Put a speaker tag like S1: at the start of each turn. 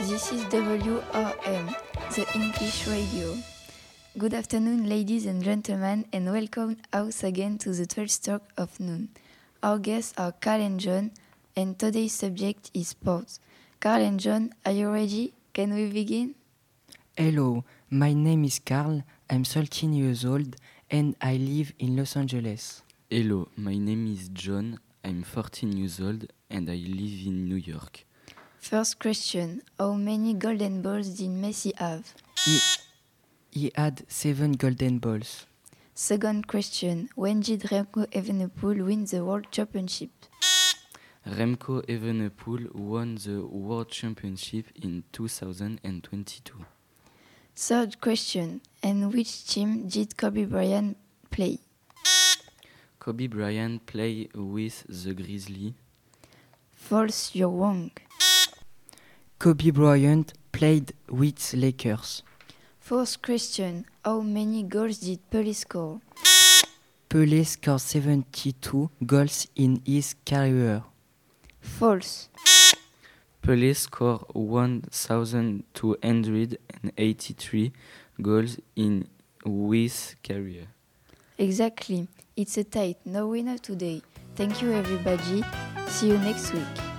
S1: This is WRM, the English radio. Good afternoon, ladies and gentlemen, and welcome once again to the 12th talk of noon. Our guests are Carl and John, and today's subject is sports. Carl and John, are you ready? Can we begin?
S2: Hello, my name is Carl. I'm 13 years old and I live in Los Angeles.
S3: Hello, my name is John. I'm 14 years old and I live in New York.
S1: First question How many golden balls did Messi have?
S2: He, he had seven golden balls.
S1: Second question When did Remco Evenepoel win the World Championship?
S3: Remco Evenepoel won the World Championship in 2022.
S1: Third question And which team did Kobe Bryant play?
S3: Kobe Bryant played with the Grizzlies.
S1: False, you're wrong.
S2: Kobe Bryant played with Lakers.
S1: Fourth question How many goals did Pelé score?
S2: Pelé scored 72 goals in his career.
S1: False.
S3: Pelé scored 1,283 goals in his career.
S1: Exactly. It's a tight no winner today. Thank you, everybody. See you next week.